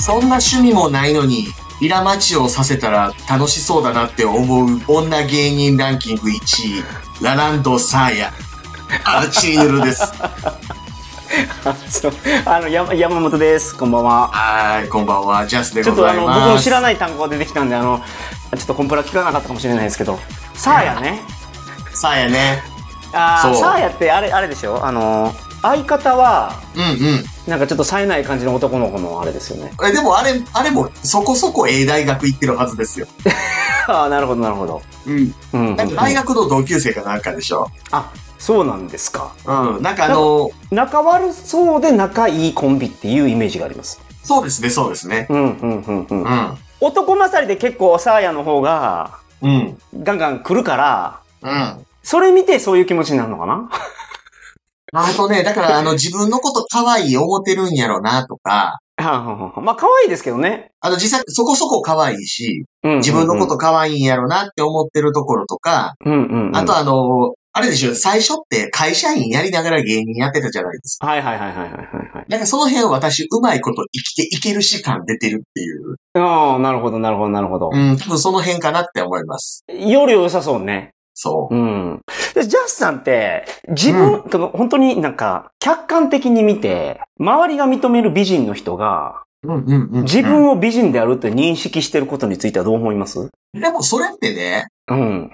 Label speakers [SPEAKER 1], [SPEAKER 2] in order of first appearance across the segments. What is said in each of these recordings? [SPEAKER 1] そんな趣味もないのに、イラマチをさせたら楽しそうだなって思う女芸人ランキング1位、ラランドサーヤ、アルチーヌル です。
[SPEAKER 2] あそうあの山山本ですこんばんは
[SPEAKER 1] はーい、こんばんは、ジャスで
[SPEAKER 2] ちょ
[SPEAKER 1] ご
[SPEAKER 2] っと
[SPEAKER 1] ざ
[SPEAKER 2] あ
[SPEAKER 1] い
[SPEAKER 2] の
[SPEAKER 1] ます。
[SPEAKER 2] 僕も知らない単語が出てきたんであのちょっとコンプラ聞かなかったかもしれないですけどサーヤね
[SPEAKER 1] サーヤね。
[SPEAKER 2] あ
[SPEAKER 1] そ
[SPEAKER 2] ー
[SPEAKER 1] う
[SPEAKER 2] サーヤってあれあれでしょあの相方は
[SPEAKER 1] うんうん。
[SPEAKER 2] なんかちょっと冴えない感じの男の子のあれですよね
[SPEAKER 1] えでもあれ、あれもそこそこ A 大学行ってるはずですよ。
[SPEAKER 2] ああなるほどなるほど
[SPEAKER 1] うん。
[SPEAKER 2] うんうんうん
[SPEAKER 1] なんか大学の同級生かなんかでしょ。
[SPEAKER 2] あそうなんですか
[SPEAKER 1] うん。なんかあの、
[SPEAKER 2] 仲悪そうで仲いいコンビっていうイメージがあります
[SPEAKER 1] そうですね、そうですね。
[SPEAKER 2] うんうんうんうん、
[SPEAKER 1] うん。
[SPEAKER 2] 男勝りで結構サーヤの方が
[SPEAKER 1] うん。
[SPEAKER 2] ガンガン来るから
[SPEAKER 1] うん。
[SPEAKER 2] それ見てそういう気持ちになるのかな
[SPEAKER 1] あとね、だからあの自分のこと可愛い思ってるんやろなとか、
[SPEAKER 2] まあ可愛いですけどね、
[SPEAKER 1] あと実際そこそこ可愛いし、
[SPEAKER 2] うんうんうん
[SPEAKER 1] 自分のこと可愛いんやろなって思ってるところとか、
[SPEAKER 2] うんうんうん
[SPEAKER 1] あとあの、あれでしょ、最初って会社員やりながら芸人やってたじゃないですか。
[SPEAKER 2] はいはいはいはいはいはいはい。
[SPEAKER 1] なんかその辺私うまいこと生きていける時間出てるっていう、
[SPEAKER 2] ああ、なるほどなるほどなるほど。
[SPEAKER 1] うん、多分その辺かなって思います。
[SPEAKER 2] より良さそうね。
[SPEAKER 1] そう。
[SPEAKER 2] うん。で、ジャスさんって、自分、その本当になんか、客観的に見て、周りが認める美人の人が、
[SPEAKER 1] うんうんうん、
[SPEAKER 2] 自分を美人であるって認識してることについてはどう思います
[SPEAKER 1] でもそれってね、
[SPEAKER 2] うん。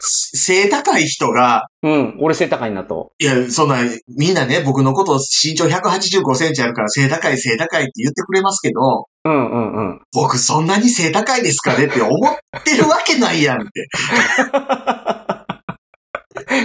[SPEAKER 1] 背高い人が、
[SPEAKER 2] うん。俺背高いなと。
[SPEAKER 1] いや、そんな、みんなね、僕のこと身長185センチあるから背高い背高いって言ってくれますけど、
[SPEAKER 2] うんうん うん。
[SPEAKER 1] 僕そんなに背高いですかねって思ってるわけないやんって。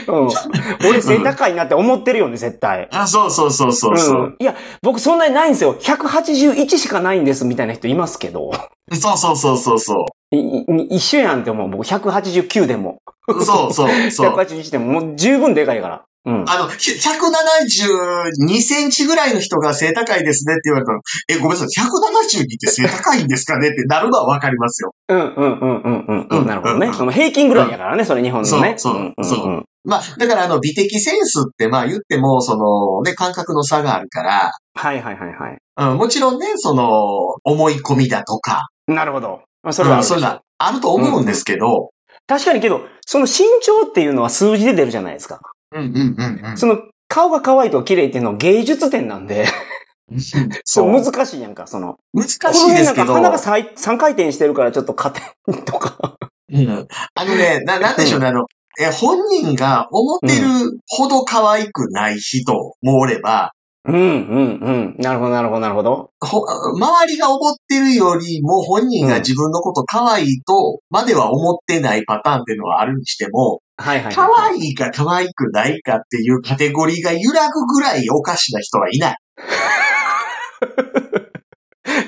[SPEAKER 2] うん、俺背高いなって思ってるよね、絶対。
[SPEAKER 1] あ、そうそうそうそうそう、
[SPEAKER 2] ん。いや、僕そんなにないんですよ。181しかないんです、みたいな人いますけど。
[SPEAKER 1] そうそうそうそうそう。
[SPEAKER 2] いい一緒やんって思う。僕189でも。
[SPEAKER 1] そうそうそう。
[SPEAKER 2] 181でももう十分でかいから。うん。
[SPEAKER 1] あの、ひ172センチぐらいの人が背高いですねって言われたら、え、ごめんなさい、172って背高いんですかねってなるのはわかりますよ。
[SPEAKER 2] うんうんうんうんうんう。
[SPEAKER 1] うんん
[SPEAKER 2] なるほど
[SPEAKER 1] う
[SPEAKER 2] ね。
[SPEAKER 1] ん
[SPEAKER 2] その平均ぐらいやからね、それ日本のね。
[SPEAKER 1] そうそうん
[SPEAKER 2] ん
[SPEAKER 1] そ
[SPEAKER 2] ん。
[SPEAKER 1] まあ、だからあの、美的センスって、まあ言っても、その、ね、感覚の差があるから、
[SPEAKER 2] はいはいはいはい。
[SPEAKER 1] うん、もちろんね、その、思い込みだとか、
[SPEAKER 2] なるほど。まあ、それはあ
[SPEAKER 1] うん
[SPEAKER 2] る
[SPEAKER 1] そういうのはあると思うんですけど、
[SPEAKER 2] 確かにけど、その身長っていうのは数字で出るじゃないですか。
[SPEAKER 1] うんうんうんうん。
[SPEAKER 2] その顔が可愛いとか綺麗っていうのは芸術点なんで、
[SPEAKER 1] そ
[SPEAKER 2] そうう 難しいやんか、その。
[SPEAKER 1] 難し
[SPEAKER 2] この
[SPEAKER 1] いで
[SPEAKER 2] 辺な
[SPEAKER 1] す
[SPEAKER 2] ん
[SPEAKER 1] け
[SPEAKER 2] か
[SPEAKER 1] ど、
[SPEAKER 2] 鼻がさい三回転してるからちょっと加点とか。
[SPEAKER 1] うんあのね、な、なんでしょうね、あの、え、本人が思ってるほど可愛くない人もおれば、
[SPEAKER 2] うんうんうん。なるほどなるほどなるほど。
[SPEAKER 1] ほ周りが思ってるよりも本人が自分のこと可愛いとまでは思ってないパターンっていうのはあるにしても、
[SPEAKER 2] はいはいはい、
[SPEAKER 1] 可愛いか可愛くないかっていうカテゴリーが揺らぐぐらいおかしな人はいない。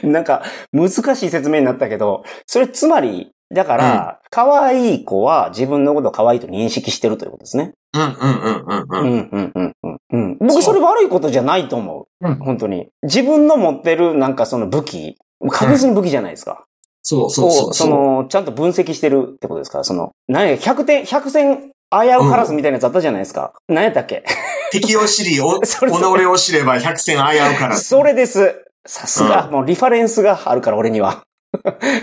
[SPEAKER 2] なんか、難しい説明になったけど、それつまり、だから、可愛い子は自分のことを可愛いと認識してるということですね。
[SPEAKER 1] うんうんうんうん
[SPEAKER 2] う
[SPEAKER 1] うん。
[SPEAKER 2] ん、うん、うん、うん。うん
[SPEAKER 1] そ
[SPEAKER 2] 僕、
[SPEAKER 1] う
[SPEAKER 2] それ悪いことじゃないと思う。
[SPEAKER 1] うん
[SPEAKER 2] 本当に。自分の持ってる、なんかその武器、確実に武器じゃないですか。
[SPEAKER 1] そうそうそ
[SPEAKER 2] を
[SPEAKER 1] うそ
[SPEAKER 2] そ
[SPEAKER 1] う。
[SPEAKER 2] の、ちゃんと分析してるってことですから、その、何や、100点、100戦危うからずみたいなやつあったじゃないですか。何やったっけ
[SPEAKER 1] 敵を知り、お、 己
[SPEAKER 2] それそれ
[SPEAKER 1] を知れば百戦危うから。
[SPEAKER 2] それです。さすが、
[SPEAKER 1] う
[SPEAKER 2] もうリファレンスがあるから、俺には。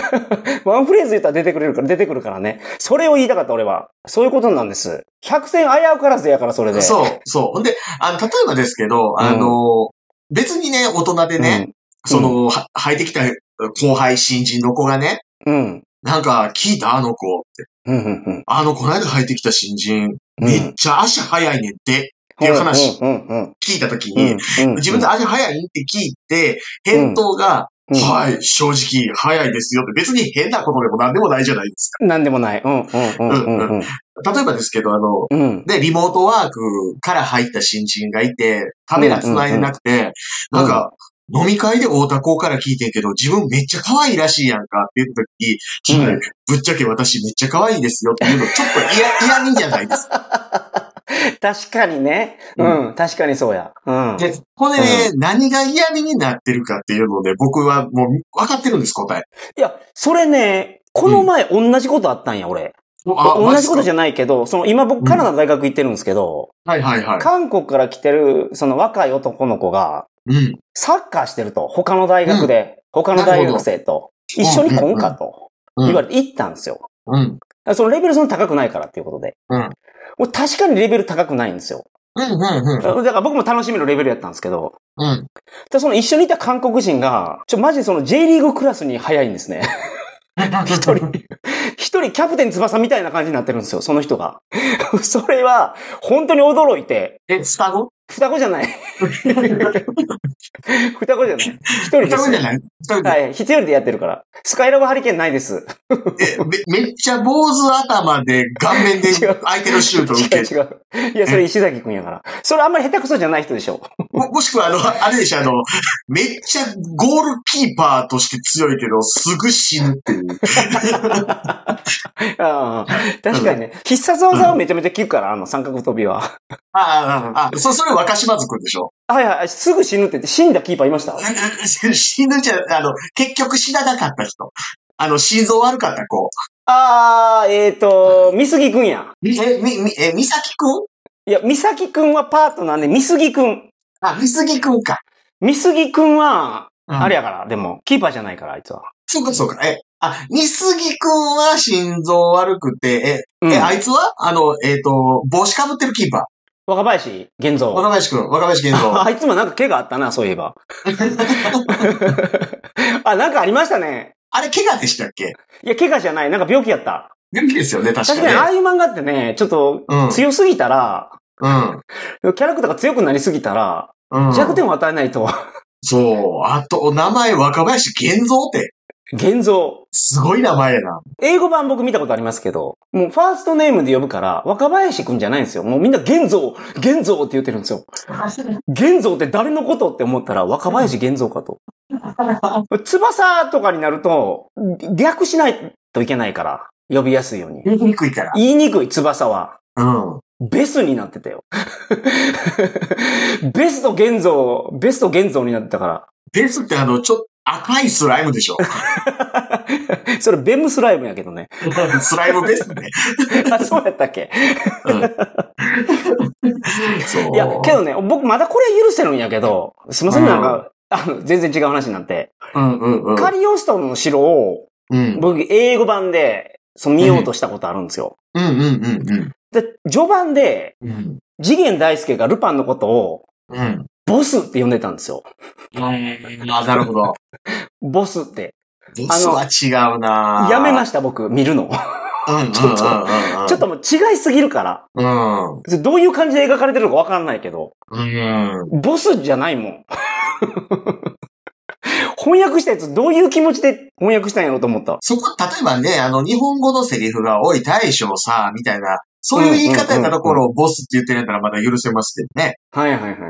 [SPEAKER 2] ワンフレーズ言ったら出てくれるから、出てくるからね。それを言いたかった、俺は。そういうことなんです。百戦危うからずやから、それで。う。
[SPEAKER 1] そう、そう。ほんで、あの、例えばですけど、あの、別にね、大人でね、その、は入ってきた後輩、新人の子がね、
[SPEAKER 2] うん。うん。
[SPEAKER 1] なんか、聞いたあの子って。
[SPEAKER 2] うん。うん。
[SPEAKER 1] あの、こないだ入ってきた新人、
[SPEAKER 2] うん。
[SPEAKER 1] めっちゃ足早いねんって、ていう話
[SPEAKER 2] うん。うん。
[SPEAKER 1] 聞いたとき
[SPEAKER 2] うん。う
[SPEAKER 1] に、
[SPEAKER 2] ん。うん
[SPEAKER 1] 自分で、足早いって聞いて、返答が、
[SPEAKER 2] うん
[SPEAKER 1] はい、正直、早いですよって、別に変なことでも何でもないじゃないです
[SPEAKER 2] なんでもない。うん。うん。うん。うん。
[SPEAKER 1] か。例えばですけど、あの、
[SPEAKER 2] うん。うん。
[SPEAKER 1] で、リモートワークから入った新人がいて、カメラ繋いでなくて、
[SPEAKER 2] うんうん
[SPEAKER 1] なんか、飲み会で大田校から聞いてんけど、自分めっちゃ可愛いらしいやんかって言った時、
[SPEAKER 2] うん
[SPEAKER 1] はいぶっちゃけ私めっちゃ可愛いですよっていうの、ちょっと嫌、嫌味じゃないですか。
[SPEAKER 2] 確かにね。うん。確かにそうや。うん。
[SPEAKER 1] で、これ、ね何が嫌味になってるかっていうので、僕はもう分かってるんです、答え。
[SPEAKER 2] いや、それね、この前同じことあったんや、俺。同じことじ
[SPEAKER 1] ゃ
[SPEAKER 2] ゃないけど、その今僕カナダの大学行ってるんですけど、
[SPEAKER 1] はいはいはい。
[SPEAKER 2] 韓国から来てるその若い男の子が
[SPEAKER 1] うん。
[SPEAKER 2] サッカーしてると、他の大学で。他の大学生と、一緒に来んかと
[SPEAKER 1] うん
[SPEAKER 2] 言われて行ったんですよ。
[SPEAKER 1] うん。
[SPEAKER 2] そのレベルそんな高くないからっていうことで。
[SPEAKER 1] うん
[SPEAKER 2] もう確かにレベル高くないんですよ。
[SPEAKER 1] うん、うん、
[SPEAKER 2] だから僕も楽しめるレベルやったんですけど、
[SPEAKER 1] うん。 うん。
[SPEAKER 2] でその一緒にいた韓国人が、ちょ、マジその J リーグクラスに早いんですね。
[SPEAKER 1] 一
[SPEAKER 2] 人。一人キャプテン翼みたいな感じになってるんですよ、その人が。 それは、本当に驚いて、
[SPEAKER 1] え、双 子
[SPEAKER 2] 双子じゃない。
[SPEAKER 1] 双子
[SPEAKER 2] 双子じゃない。一人です。
[SPEAKER 1] じゃない双子じゃない
[SPEAKER 2] はい、一人でやってるから。スカイラブハリケーンないです。
[SPEAKER 1] えめ めっちゃ坊主頭で顔面で相手のシュートを受
[SPEAKER 2] 違
[SPEAKER 1] け
[SPEAKER 2] う
[SPEAKER 1] る。
[SPEAKER 2] 違う。い や、それ石崎くんやから。それあんまり下手くそじゃない人でしょ。
[SPEAKER 1] ももしくは、あの、あれでしょ、あの、めっちゃゴールキーパーとして強いけど、すぐ死ぬっていう。
[SPEAKER 2] ああ 確かにね。必殺技をめちゃめちゃ効くから、あの、三角跳びは。
[SPEAKER 1] ああ、ああ、そ、それ若島津くんでしょ
[SPEAKER 2] はいはい、すぐ死ぬって言って、死んだキーパーいました
[SPEAKER 1] 死ぬじゃ、あの、結局死ななかった人。あの、心臓悪かった子。
[SPEAKER 2] あー、えっ、ー、と、美杉くんや。
[SPEAKER 1] みえ、み、み、え、みさきくん
[SPEAKER 2] いや、美咲くんはパートナーで、美杉くん。
[SPEAKER 1] あ、みすぎくんか。
[SPEAKER 2] 美杉くんは、あれ
[SPEAKER 1] や。
[SPEAKER 2] やから、でも、キーパーじゃないから、あいつは。
[SPEAKER 1] そうか、そうか。え、あ、みすぎくんは心臓悪くて、え、
[SPEAKER 2] うん
[SPEAKER 1] え、あいつはあの、えっ、と、帽子かぶってるキーパ
[SPEAKER 2] 若林、玄
[SPEAKER 1] ー。
[SPEAKER 2] 三。
[SPEAKER 1] 若林くん、若林健
[SPEAKER 2] あ
[SPEAKER 1] 三。
[SPEAKER 2] あいつもなんか怪我あったな、そういえば。 あ、なんかありましたね。
[SPEAKER 1] あれ、怪我でしたっけ
[SPEAKER 2] いや、怪我じゃない。なんか病気やった。
[SPEAKER 1] 元気ですよね、確か
[SPEAKER 2] 確
[SPEAKER 1] に
[SPEAKER 2] かに、ああ
[SPEAKER 1] ね。
[SPEAKER 2] いう漫画ってね、ちょっと
[SPEAKER 1] うん、
[SPEAKER 2] 強すぎたら、
[SPEAKER 1] うん。
[SPEAKER 2] キャラクターが強くなりすぎたら、
[SPEAKER 1] うん、
[SPEAKER 2] 弱点を与えないと、
[SPEAKER 1] そう。あと、お名前、若林健三って、
[SPEAKER 2] 現像。
[SPEAKER 1] すごい名前やな。
[SPEAKER 2] 英語版僕見たことありますけど、もうファーストネームで呼ぶから、若林くんじゃないんですよ。もうみんな現像、現像って言ってるんですよ。現像って誰のことって思ったら、若林現像かと。 翼とかになると、略しないといけないから、呼びやすいように。
[SPEAKER 1] 言いにくいから。
[SPEAKER 2] 言いにくい翼は、
[SPEAKER 1] うん。
[SPEAKER 2] ベスになってたよ。ベスト現像、ベスト現像になってたか
[SPEAKER 1] ですってあの、ちょっと赤いスライムでし ょ
[SPEAKER 2] ら。 それベムスライムやけどね。
[SPEAKER 1] スライムベストね。
[SPEAKER 2] あ、そうやったっけ
[SPEAKER 1] そう。
[SPEAKER 2] いや、けどね、僕まだこれ許せるんやけど、すいません、
[SPEAKER 1] うん
[SPEAKER 2] なんか、あの、全然違う話になって。
[SPEAKER 1] うんうんうん。
[SPEAKER 2] カリオストロの城を、
[SPEAKER 1] うん。
[SPEAKER 2] 僕、英語版で、そう見ようとしたことあるんですよ。
[SPEAKER 1] うんうんうんうん。
[SPEAKER 2] で、序盤で、
[SPEAKER 1] うん。
[SPEAKER 2] 次元大介がルパンのことを、
[SPEAKER 1] うん。
[SPEAKER 2] ボスって呼んでたんですよ。
[SPEAKER 1] あ、なるほど。
[SPEAKER 2] ボスって。
[SPEAKER 1] ボスは違うな
[SPEAKER 2] やめま
[SPEAKER 1] し
[SPEAKER 2] した、僕、見るの。
[SPEAKER 1] うんうんうん
[SPEAKER 2] ちょっと
[SPEAKER 1] うんうん。
[SPEAKER 2] ちょっともう違いすぎるから。
[SPEAKER 1] うん。
[SPEAKER 2] それどういう感じで描かれてるのかわからないけど、
[SPEAKER 1] うん。
[SPEAKER 2] ボスじゃないもん。 翻訳したやつ、どういう気持ちで翻訳したんやろうと思った。
[SPEAKER 1] そこ、例えばね、あの、日本語のセリフが、おい、大将さ、みたいな、そういう言い方やったところをボスって言ってるんだらまだ許せますけどね。
[SPEAKER 2] はいはいはいはい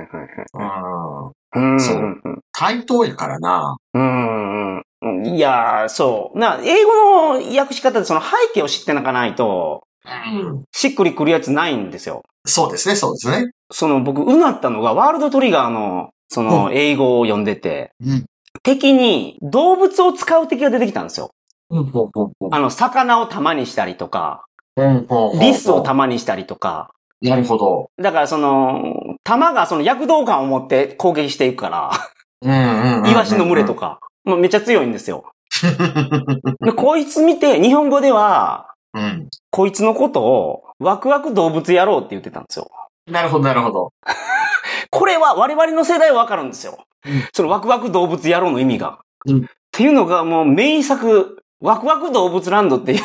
[SPEAKER 2] はい。
[SPEAKER 1] うん。
[SPEAKER 2] うん。
[SPEAKER 1] そうん対等やからな
[SPEAKER 2] うん。うん。いやー、そう。な、英語の訳し方でその背景を知ってなかないと、
[SPEAKER 1] うん。
[SPEAKER 2] しっくりくるやつないんですよ。
[SPEAKER 1] そうですね、そうですね。
[SPEAKER 2] その僕、うなったのが、ワールドトリガーの、その、英語を読んでて、
[SPEAKER 1] うん。
[SPEAKER 2] 敵に、動物を使う敵が出てきたんですよ。
[SPEAKER 1] うん、ほうほうほう
[SPEAKER 2] あの、魚を玉にしたりとか、
[SPEAKER 1] うんほうほうほう
[SPEAKER 2] リスを玉にしたりとか、
[SPEAKER 1] なるほど。
[SPEAKER 2] だからその、玉がその躍動感を持って攻撃していくか
[SPEAKER 1] うんうんうん
[SPEAKER 2] ら、イワシの群れと
[SPEAKER 1] か。
[SPEAKER 2] か、もうめっちゃ強いんですよ。で、こいつ見て、日本語では、
[SPEAKER 1] うん。
[SPEAKER 2] こいつのことを、ワクワク動物野郎って言ってたんですよ。
[SPEAKER 1] なるほど、なるほど。
[SPEAKER 2] これは我々の世代はわかるんですよ
[SPEAKER 1] うん。
[SPEAKER 2] そのワクワク動物野郎の意味が。
[SPEAKER 1] うん
[SPEAKER 2] っていうのがもう名作、ワクワク動物ランドっていう、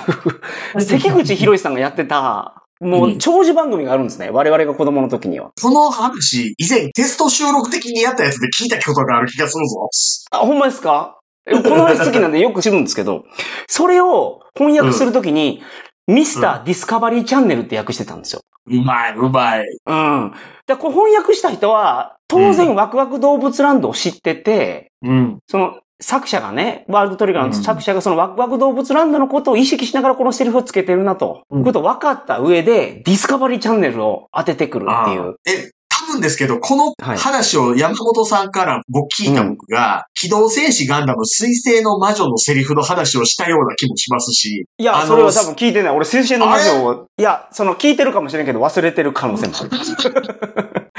[SPEAKER 2] 関口博さんがやってた、もう長寿番組があるんですね。我々が子供の時には。
[SPEAKER 1] その話、以前テスト収録的にやったやつで聞いたことがある気がするぞ。
[SPEAKER 2] あ、ほんまですかえこの話好きなんでよく知るんですけど、それを翻訳するときに、ミスターディスカバリーチャンネルって訳してたんですよ。
[SPEAKER 1] うまい、うまい。
[SPEAKER 2] うん。だからこう翻訳した人は、当然ワクワク動物ランドを知ってて、
[SPEAKER 1] うん。
[SPEAKER 2] その作者がね、ワールドトリガーの作者がそのワクワク動物ランドのことを意識しながらこのセリフをつけてるなと、
[SPEAKER 1] うん
[SPEAKER 2] いうことを分かった上で、ディスカバリーチャンネルを当ててくるっていう。
[SPEAKER 1] え、多分ですけど、この
[SPEAKER 2] はい
[SPEAKER 1] 話を山本さんから僕聞いた僕が、機動戦士ガンダム水星の魔女のセリフの話をしたような気もします し、
[SPEAKER 2] い
[SPEAKER 1] あ
[SPEAKER 2] や、
[SPEAKER 1] の
[SPEAKER 2] それは多分聞いてない。俺、先生の魔
[SPEAKER 1] あれ
[SPEAKER 2] 女を、いや、その聞いてるかもしれんけど忘れてる可能性もある。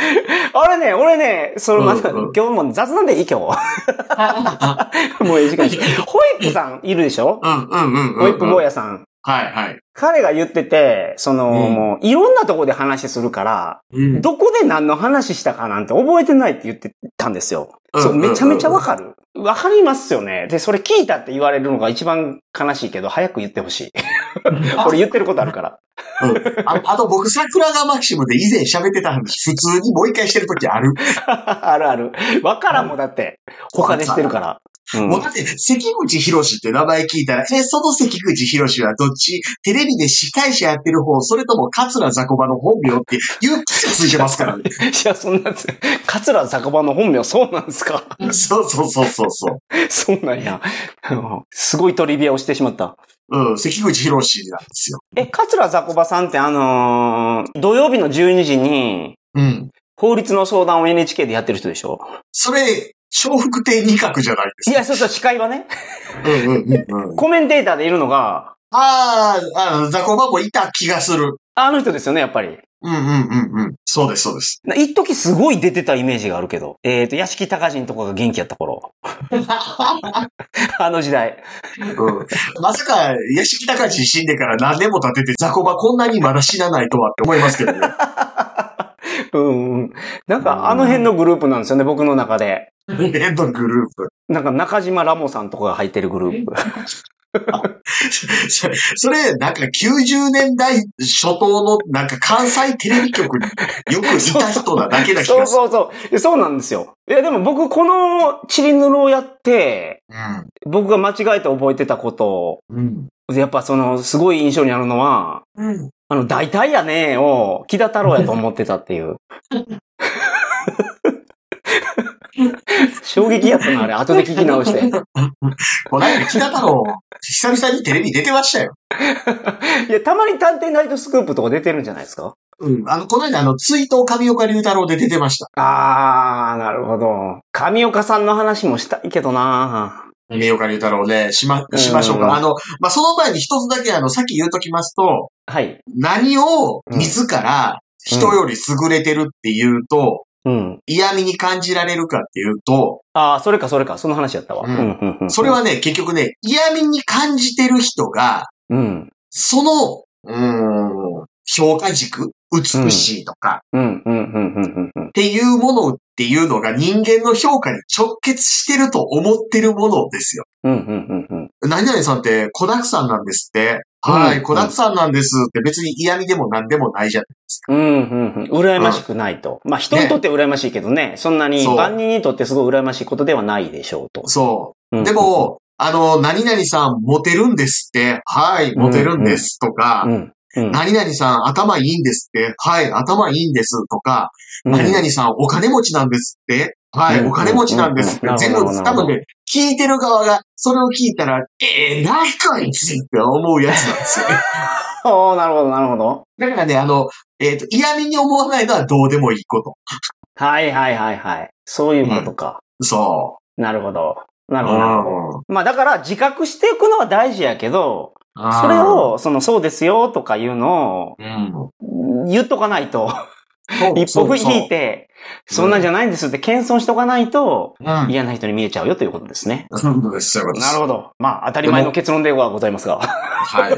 [SPEAKER 2] あれね、俺ね、そのまた、
[SPEAKER 1] うんうん
[SPEAKER 2] 今日 も雑なんでいい今日。もういい時間です。ホイップさんいるでしょ
[SPEAKER 1] うんうんうんうん。
[SPEAKER 2] ホイップ坊
[SPEAKER 1] や。
[SPEAKER 2] やさん。
[SPEAKER 1] はいはい。
[SPEAKER 2] 彼が言ってて、その、
[SPEAKER 1] うん
[SPEAKER 2] もういろんなとこで話するから、
[SPEAKER 1] うん。
[SPEAKER 2] どこで何の話したかなんて覚えてないって言ってたんですよ。
[SPEAKER 1] うん
[SPEAKER 2] そうう、
[SPEAKER 1] んうん
[SPEAKER 2] めちゃめちゃわかる。わかりますよね。で、それ聞いたって言われるのが一番悲しいけど、早く言ってほしい。 俺言ってることあるから。
[SPEAKER 1] ああと僕、桜川マキシムで以前喋ってた話、普通にもう一回してる時ある。
[SPEAKER 2] あるある。わからんもんだって、他でしてるから。うん
[SPEAKER 1] もうだって、関口博士って名前聞いたら、え、その関口博士はどっちテレビで司会者やってる方、それとも桂雑魚場の本名って言う癖ついてます からね。
[SPEAKER 2] いや、そんなやつ、桂酒場の本名そうなんですか
[SPEAKER 1] そうそうそうそうそう。
[SPEAKER 2] そうなんや。うんすごいトリビアをしてしまった。
[SPEAKER 1] うん、関口博士なんですよ。
[SPEAKER 2] え、桂酒場さんってあのー土曜日の12時に、
[SPEAKER 1] うん。
[SPEAKER 2] 法律の相談を NHK でやってる人でしょ
[SPEAKER 1] それ、笑福亭二角じゃない
[SPEAKER 2] いや、そうそう、司会はね、
[SPEAKER 1] ですか。うんうんうんうん。
[SPEAKER 2] コメンテーターでいるのが、
[SPEAKER 1] あーあの、雑魚場もいた気がする。
[SPEAKER 2] あの人ですよね、やっぱり。
[SPEAKER 1] うんうんうんうん。そうです、そうです。
[SPEAKER 2] な一時すごい出てたイメージがあるけど。えっ、と、屋敷隆人とかが元気やった頃。あの時代。
[SPEAKER 1] うん、まさか、屋敷隆史死んでから何年も経ってて、雑魚場こんなにまだ死なないとはって思いますけどね。
[SPEAKER 2] うんうん。なんか、あの辺のグループなんですよね、僕の中で。
[SPEAKER 1] レッドグループ。
[SPEAKER 2] なんか、中島ラモさんとかが入ってるグループ。
[SPEAKER 1] それ、それなんか90年代初頭の、なんか関西テレビ局によくいた人なだけだ気
[SPEAKER 2] そ
[SPEAKER 1] が
[SPEAKER 2] う
[SPEAKER 1] する。
[SPEAKER 2] そうそうで。そうなんですよ。いや、でも僕、このチリヌルをやって、
[SPEAKER 1] うん
[SPEAKER 2] 僕が間違えて覚えてたこと
[SPEAKER 1] うん。
[SPEAKER 2] を、やっぱその、すごい印象にあるのは、
[SPEAKER 1] うん。
[SPEAKER 2] あの、大体やねーを、木田太郎やと思ってたっ ていう。衝撃やったな、あれ。後で聞き直 して。
[SPEAKER 1] これ、北太郎、久々にテレビ出てましたよ。
[SPEAKER 2] いや、たまに探偵ナイトスクープとか出てるんじゃないですか
[SPEAKER 1] うん。あの、この間、あの、追悼上岡龍太郎で出てました。
[SPEAKER 2] あー、なるほど。神岡さんの話もしたいけどな
[SPEAKER 1] 上岡龍太郎で、しま、しましょう
[SPEAKER 2] うん
[SPEAKER 1] か。あの、まあ、その前に一つだけ、あの、さっき言うときますと、
[SPEAKER 2] はい。
[SPEAKER 1] 何を自ら人より優れてるっていうと、
[SPEAKER 2] うん。
[SPEAKER 1] 嫌味に感じられるかっていうと、
[SPEAKER 2] あー、それかそれか。その話やったわ。
[SPEAKER 1] うん
[SPEAKER 2] うん、うん
[SPEAKER 1] それ、はね、結局ね、嫌味に感じてる人が、
[SPEAKER 2] うん。
[SPEAKER 1] その、うーん、評価軸、美しいとか、
[SPEAKER 2] うん、うん、うん、うん、うん。
[SPEAKER 1] っていうものっていうのが人間の評価に直結してると思ってるものですよ。
[SPEAKER 2] うん、うん、うん。
[SPEAKER 1] 何々さんって子沢山なんですって。はい、
[SPEAKER 2] うん
[SPEAKER 1] 子沢山なんですって別に嫌味でも何でもないじゃん。
[SPEAKER 2] うん、うん、うん。羨ましくないと。まあ、人にとって羨ましいけどね、そんなに
[SPEAKER 1] そう
[SPEAKER 2] 万人にとってすごい羨ましいことではないでしょうと。
[SPEAKER 1] そう。
[SPEAKER 2] うん
[SPEAKER 1] で、も、あの、何々さんモテるんですって、はい、モテるんですとか、
[SPEAKER 2] うん。うん
[SPEAKER 1] 何々さん頭いいんですって、はい、頭いいんですとか、
[SPEAKER 2] うん
[SPEAKER 1] 何々さんお金持ちなんですって、はい、
[SPEAKER 2] うん
[SPEAKER 1] お金持ちなんですって
[SPEAKER 2] うん、
[SPEAKER 1] 全部
[SPEAKER 2] なるほどな
[SPEAKER 1] 多
[SPEAKER 2] るほど
[SPEAKER 1] 分ね、聞いてる側が、それを聞いたら、えー、何こいつって思うやつなん ですよね。
[SPEAKER 2] おーなるほど、なるほど。
[SPEAKER 1] だからね、あの、えっ、と、嫌味に思わないのはどうでもいいこと。
[SPEAKER 2] はいはいはいはい。そういうことか。
[SPEAKER 1] そ
[SPEAKER 2] なるほど。な
[SPEAKER 1] う。
[SPEAKER 2] るほどなるほど。まあだから自覚していくのは大事やけ
[SPEAKER 1] う
[SPEAKER 2] ど、
[SPEAKER 1] ん
[SPEAKER 2] それ、を、そのそうですよとかいうの
[SPEAKER 1] うん。
[SPEAKER 2] を言っとかない と、
[SPEAKER 1] そう
[SPEAKER 2] 一歩引い。
[SPEAKER 1] そう
[SPEAKER 2] て、そんなんじゃないんですって謙遜しとかないと、
[SPEAKER 1] そううん。
[SPEAKER 2] 嫌な人に見えちゃうよということですね。
[SPEAKER 1] そうです、そういうことです
[SPEAKER 2] なるほど。まあ当たり前の結論ではございますが。
[SPEAKER 1] はい。で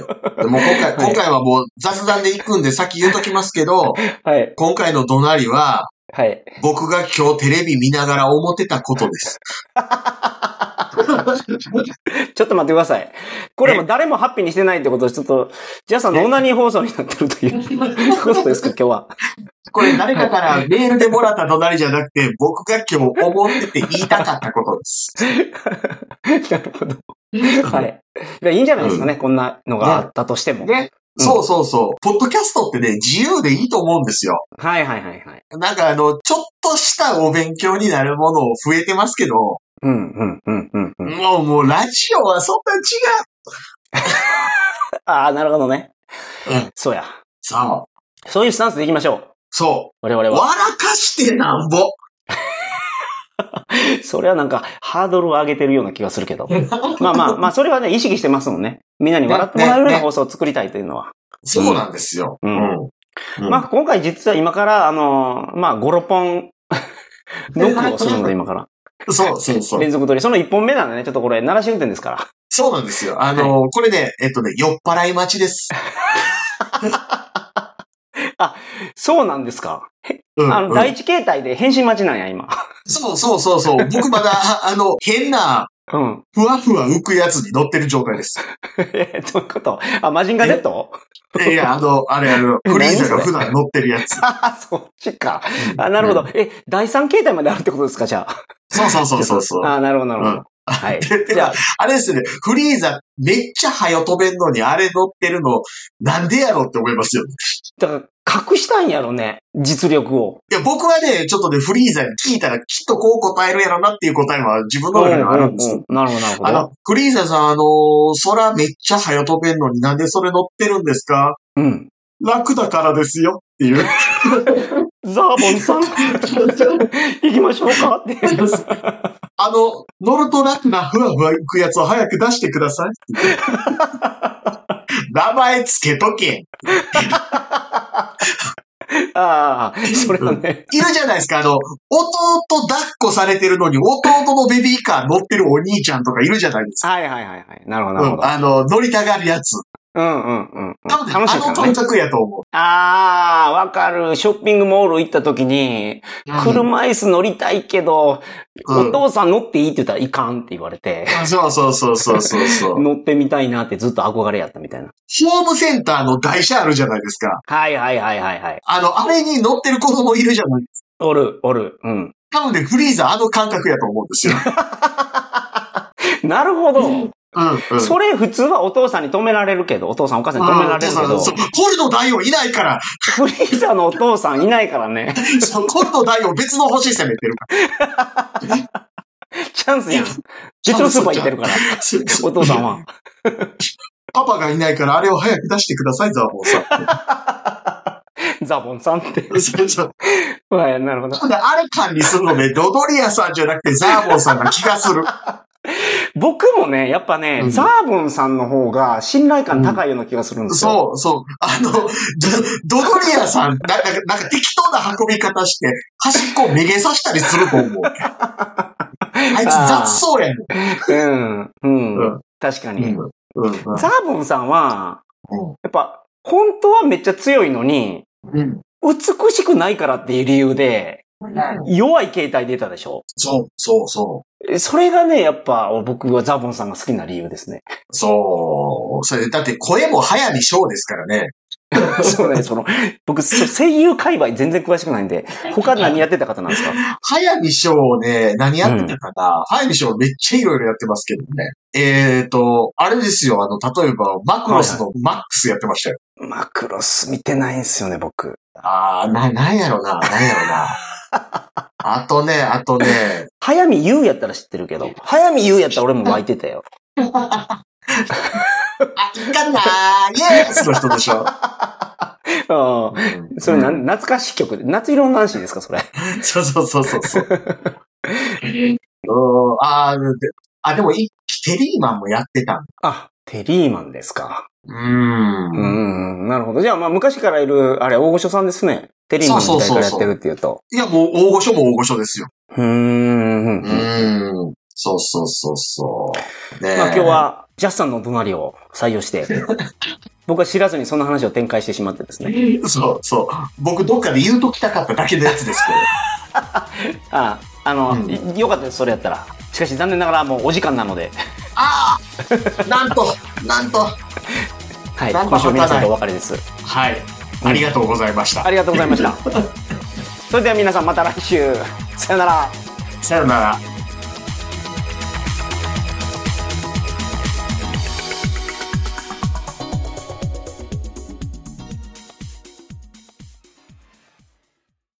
[SPEAKER 1] も今回、今回はもう雑談で行くんで、さっき言うときますけど、
[SPEAKER 2] はい。
[SPEAKER 1] 今回の怒鳴りは、
[SPEAKER 2] はい。
[SPEAKER 1] 僕が今日テレビ見ながら思ってたことです。
[SPEAKER 2] ちょっと待ってください。これも誰もハッピーにしてないってことをちょっと、ジャスさんのオナニー放送になってる ということですか、今日は。
[SPEAKER 1] これ誰かからメールでもらった怒鳴りじゃなくて、僕が今日思ってて言いたかったことです。
[SPEAKER 2] なるほど。はい。いやいいんじゃないですかね、こんなのがあったとしても。
[SPEAKER 1] ね。
[SPEAKER 2] うん
[SPEAKER 1] そうそうそう。ポッドキャストってね、自由でいいと思うんですよ。
[SPEAKER 2] はいはいはいはい。
[SPEAKER 1] なんかあの、ちょっとしたお勉強になるものを増えてますけど、
[SPEAKER 2] うんうんうんうんうん。
[SPEAKER 1] もうもうラジオはそんな違う。
[SPEAKER 2] ああ、なるほどね。
[SPEAKER 1] うん
[SPEAKER 2] そうや。
[SPEAKER 1] そう。
[SPEAKER 2] そういうスタンスでいきましょう。
[SPEAKER 1] そ
[SPEAKER 2] 我々
[SPEAKER 1] う。
[SPEAKER 2] は。
[SPEAKER 1] 笑かしてなんぼ。
[SPEAKER 2] それはなんか、ハードルを上げてるような気がするけど。まあまあまあ、それはね、意識してますもんね。みんなに笑ってもらえるような放送を作りたいというのは。
[SPEAKER 1] そうなんですよ。
[SPEAKER 2] うん
[SPEAKER 1] うん
[SPEAKER 2] まあ今回実は今から、あのーまあ5、6本ノックをするので、今から。
[SPEAKER 1] そうそうそう。
[SPEAKER 2] 連続取り。その1本目なんでね、ちょっとこれ、鳴らし運転ですから。
[SPEAKER 1] そうなんですよ。あの、これね、えっとね、酔っ払い待ちです。
[SPEAKER 2] そうなんですか。
[SPEAKER 1] うん、
[SPEAKER 2] あの、
[SPEAKER 1] うん
[SPEAKER 2] 第一形態で返信待ちなんや、今。
[SPEAKER 1] そうそうそう そう。僕まだ、あの、変な、
[SPEAKER 2] うん。
[SPEAKER 1] ふわふわ浮くやつに乗ってる状態です。
[SPEAKER 2] え、どういうことあ、マジンガ Z?
[SPEAKER 1] いや、あの、あれ、あの、フリーザが
[SPEAKER 2] 何そ
[SPEAKER 1] 普段乗ってるやつ。
[SPEAKER 2] あ、 そっちか。あ、なるほど。え、第三形態まであるってことですか、じゃあ。
[SPEAKER 1] そうそうそうそうそう。
[SPEAKER 2] あ、なるほど、なるほ
[SPEAKER 1] う
[SPEAKER 2] ど。は い。
[SPEAKER 1] でで
[SPEAKER 2] じゃあ、
[SPEAKER 1] あれですよね、フリーザめっちゃ早飛べんのに、あれ乗ってるの、なんでやろって思いますよ。
[SPEAKER 2] だから隠したんやろね、実力を。
[SPEAKER 1] いや、僕はね、ちょっとね、フリーザに聞いたら、きっとこう答えるやろなっていう答えは自分の中にはあるんですよ。
[SPEAKER 2] うんなるほど、なるほ
[SPEAKER 1] あ
[SPEAKER 2] ど。
[SPEAKER 1] の、フリーザさん、あのー空めっちゃ早飛べんのになんでそれ乗ってるんですか
[SPEAKER 2] うん。
[SPEAKER 1] 楽だからですよって いう。
[SPEAKER 2] ザーボン さん、行きましょうか って。
[SPEAKER 1] あの、乗ると楽なふわふわ行くやつを早く出してくだ さい。名前つけとけ。
[SPEAKER 2] ああ、それはね。
[SPEAKER 1] いるじゃないですか、あの、弟抱っこされてるのに、弟のベビーカー乗ってるお兄ちゃんとかいるじゃないですか。
[SPEAKER 2] はいはいはいはい。なるほど、なるほ
[SPEAKER 1] うん、
[SPEAKER 2] ど。
[SPEAKER 1] あの、乗りたがるやつ。
[SPEAKER 2] うんうんうんうん。
[SPEAKER 1] 多分ね、
[SPEAKER 2] 楽しい
[SPEAKER 1] あ
[SPEAKER 2] か
[SPEAKER 1] の
[SPEAKER 2] ら
[SPEAKER 1] 感。
[SPEAKER 2] ね
[SPEAKER 1] 覚やと思う。
[SPEAKER 2] ああ、わかる。ショッピングモール行った時に、車椅子乗りたいけど、
[SPEAKER 1] うん
[SPEAKER 2] お父さん乗っていいって言ったらいかんって言われて、
[SPEAKER 1] うんそうそうそうそうそうそう。ホ
[SPEAKER 2] 乗ってみたいなってずっと憧れやったみたいな。
[SPEAKER 1] ームセンターの台車あるじゃないですか。
[SPEAKER 2] はいはいはいはいはい。
[SPEAKER 1] あの、あれに乗ってる子供いるじゃないですか。
[SPEAKER 2] おる、おる。うん。
[SPEAKER 1] 多分ね、フリーザーあの感覚やと思うんですよ。
[SPEAKER 2] なるほど。
[SPEAKER 1] うん、うん。
[SPEAKER 2] それ普通はお父さんに止められるけど、お父さんお母さんに止められるけ
[SPEAKER 1] うん
[SPEAKER 2] ど
[SPEAKER 1] そう、そうコルド大王いない から、
[SPEAKER 2] フリーザのお父さんいないか らね。
[SPEAKER 1] そうコルド大王別の星攻めてるか
[SPEAKER 2] チャンスやん。別のスーパー行ってるから、
[SPEAKER 1] ら。
[SPEAKER 2] お父さんは。
[SPEAKER 1] パパがいないから、あれを早く出してください、ザボンさん。
[SPEAKER 2] ザボンさんって。
[SPEAKER 1] そうそう
[SPEAKER 2] はい、なるほど。
[SPEAKER 1] ただあれ感にするのね、ドドリアさんじゃなくてザーボンさんな気がする。
[SPEAKER 2] 僕もね、やっぱね、
[SPEAKER 1] うん
[SPEAKER 2] ザーボンさんの方が信頼感高いような気がするんですよ。
[SPEAKER 1] そう、そう。あの、ドドドリアさん、なんか、なんか適当な運び方して、端っこをめげさしたりすると思 う。あいつ雑そうやね
[SPEAKER 2] うん。うん。
[SPEAKER 1] うん
[SPEAKER 2] 確か
[SPEAKER 1] ん。
[SPEAKER 2] に。
[SPEAKER 1] うんうん
[SPEAKER 2] ザーボンさんは、
[SPEAKER 1] うん
[SPEAKER 2] やっぱ、本当はめっちゃ強いのに、
[SPEAKER 1] うん
[SPEAKER 2] 美しくないからっていう理由で、弱い形態出たでしょ
[SPEAKER 1] そう、そう、そ
[SPEAKER 2] それがね、やっぱ僕はザーボンさんが好きな理由です ね。
[SPEAKER 1] う。そう。それだって声も早見翔ですからね。
[SPEAKER 2] そうね、その、僕、そ声優界隈全然詳しくないんで、他何やってた方なんですか
[SPEAKER 1] 早見翔ね、何やってたかな、早見翔めっちゃいろいろやってますけどね。えーと、あれですよ、あの、例えば、マクロスのマックスやってましたよ。
[SPEAKER 2] マクロス見てないんすよね、僕。
[SPEAKER 1] あー、な、なんやろな、なんやろ な。あとね、あとね、
[SPEAKER 2] 早見優やったら知ってるけど、早見優やったら俺も湧いてたよ。
[SPEAKER 1] あ、いかんなー、イエースの人でしょ。
[SPEAKER 2] ああ。 それな、
[SPEAKER 1] うん
[SPEAKER 2] ん、懐かしい曲。夏色の男子ですか、それ。
[SPEAKER 1] そうそうそうそう そう。うんあーであ、でも、いテリーマンもやってたんだ。
[SPEAKER 2] あ、テリーマンですか。
[SPEAKER 1] う。
[SPEAKER 2] うんん、なるほど。じゃあ、まあ、昔からいる、あれ、大御所さんですね。テリーマンの時代からやってるっていうと。
[SPEAKER 1] いや、もう、大御所も大御所ですよ。
[SPEAKER 2] うー
[SPEAKER 1] う
[SPEAKER 2] ん。まあ、
[SPEAKER 1] ん。そうそうそうそう。ねえ
[SPEAKER 2] 今日。は、ジャスさんの隣を採 用して、僕は知らずにその話を展開してしまってですね。
[SPEAKER 1] そうそう。僕、どっかで言うときたかっただけのやつですけど。
[SPEAKER 2] ああ、あの、
[SPEAKER 1] うん
[SPEAKER 2] いよかったです、それやったら。しかし、残念ながら、もうお時間な ので、
[SPEAKER 1] ああなんと、なんと。
[SPEAKER 2] はい、
[SPEAKER 1] なんか
[SPEAKER 2] 今週は皆さん
[SPEAKER 1] 儚
[SPEAKER 2] と
[SPEAKER 1] い
[SPEAKER 2] お別れです。
[SPEAKER 1] はい。ありがとうございました
[SPEAKER 2] あ。り がとうございました。それでは皆さん、また来週。さよなら。
[SPEAKER 1] さよなら。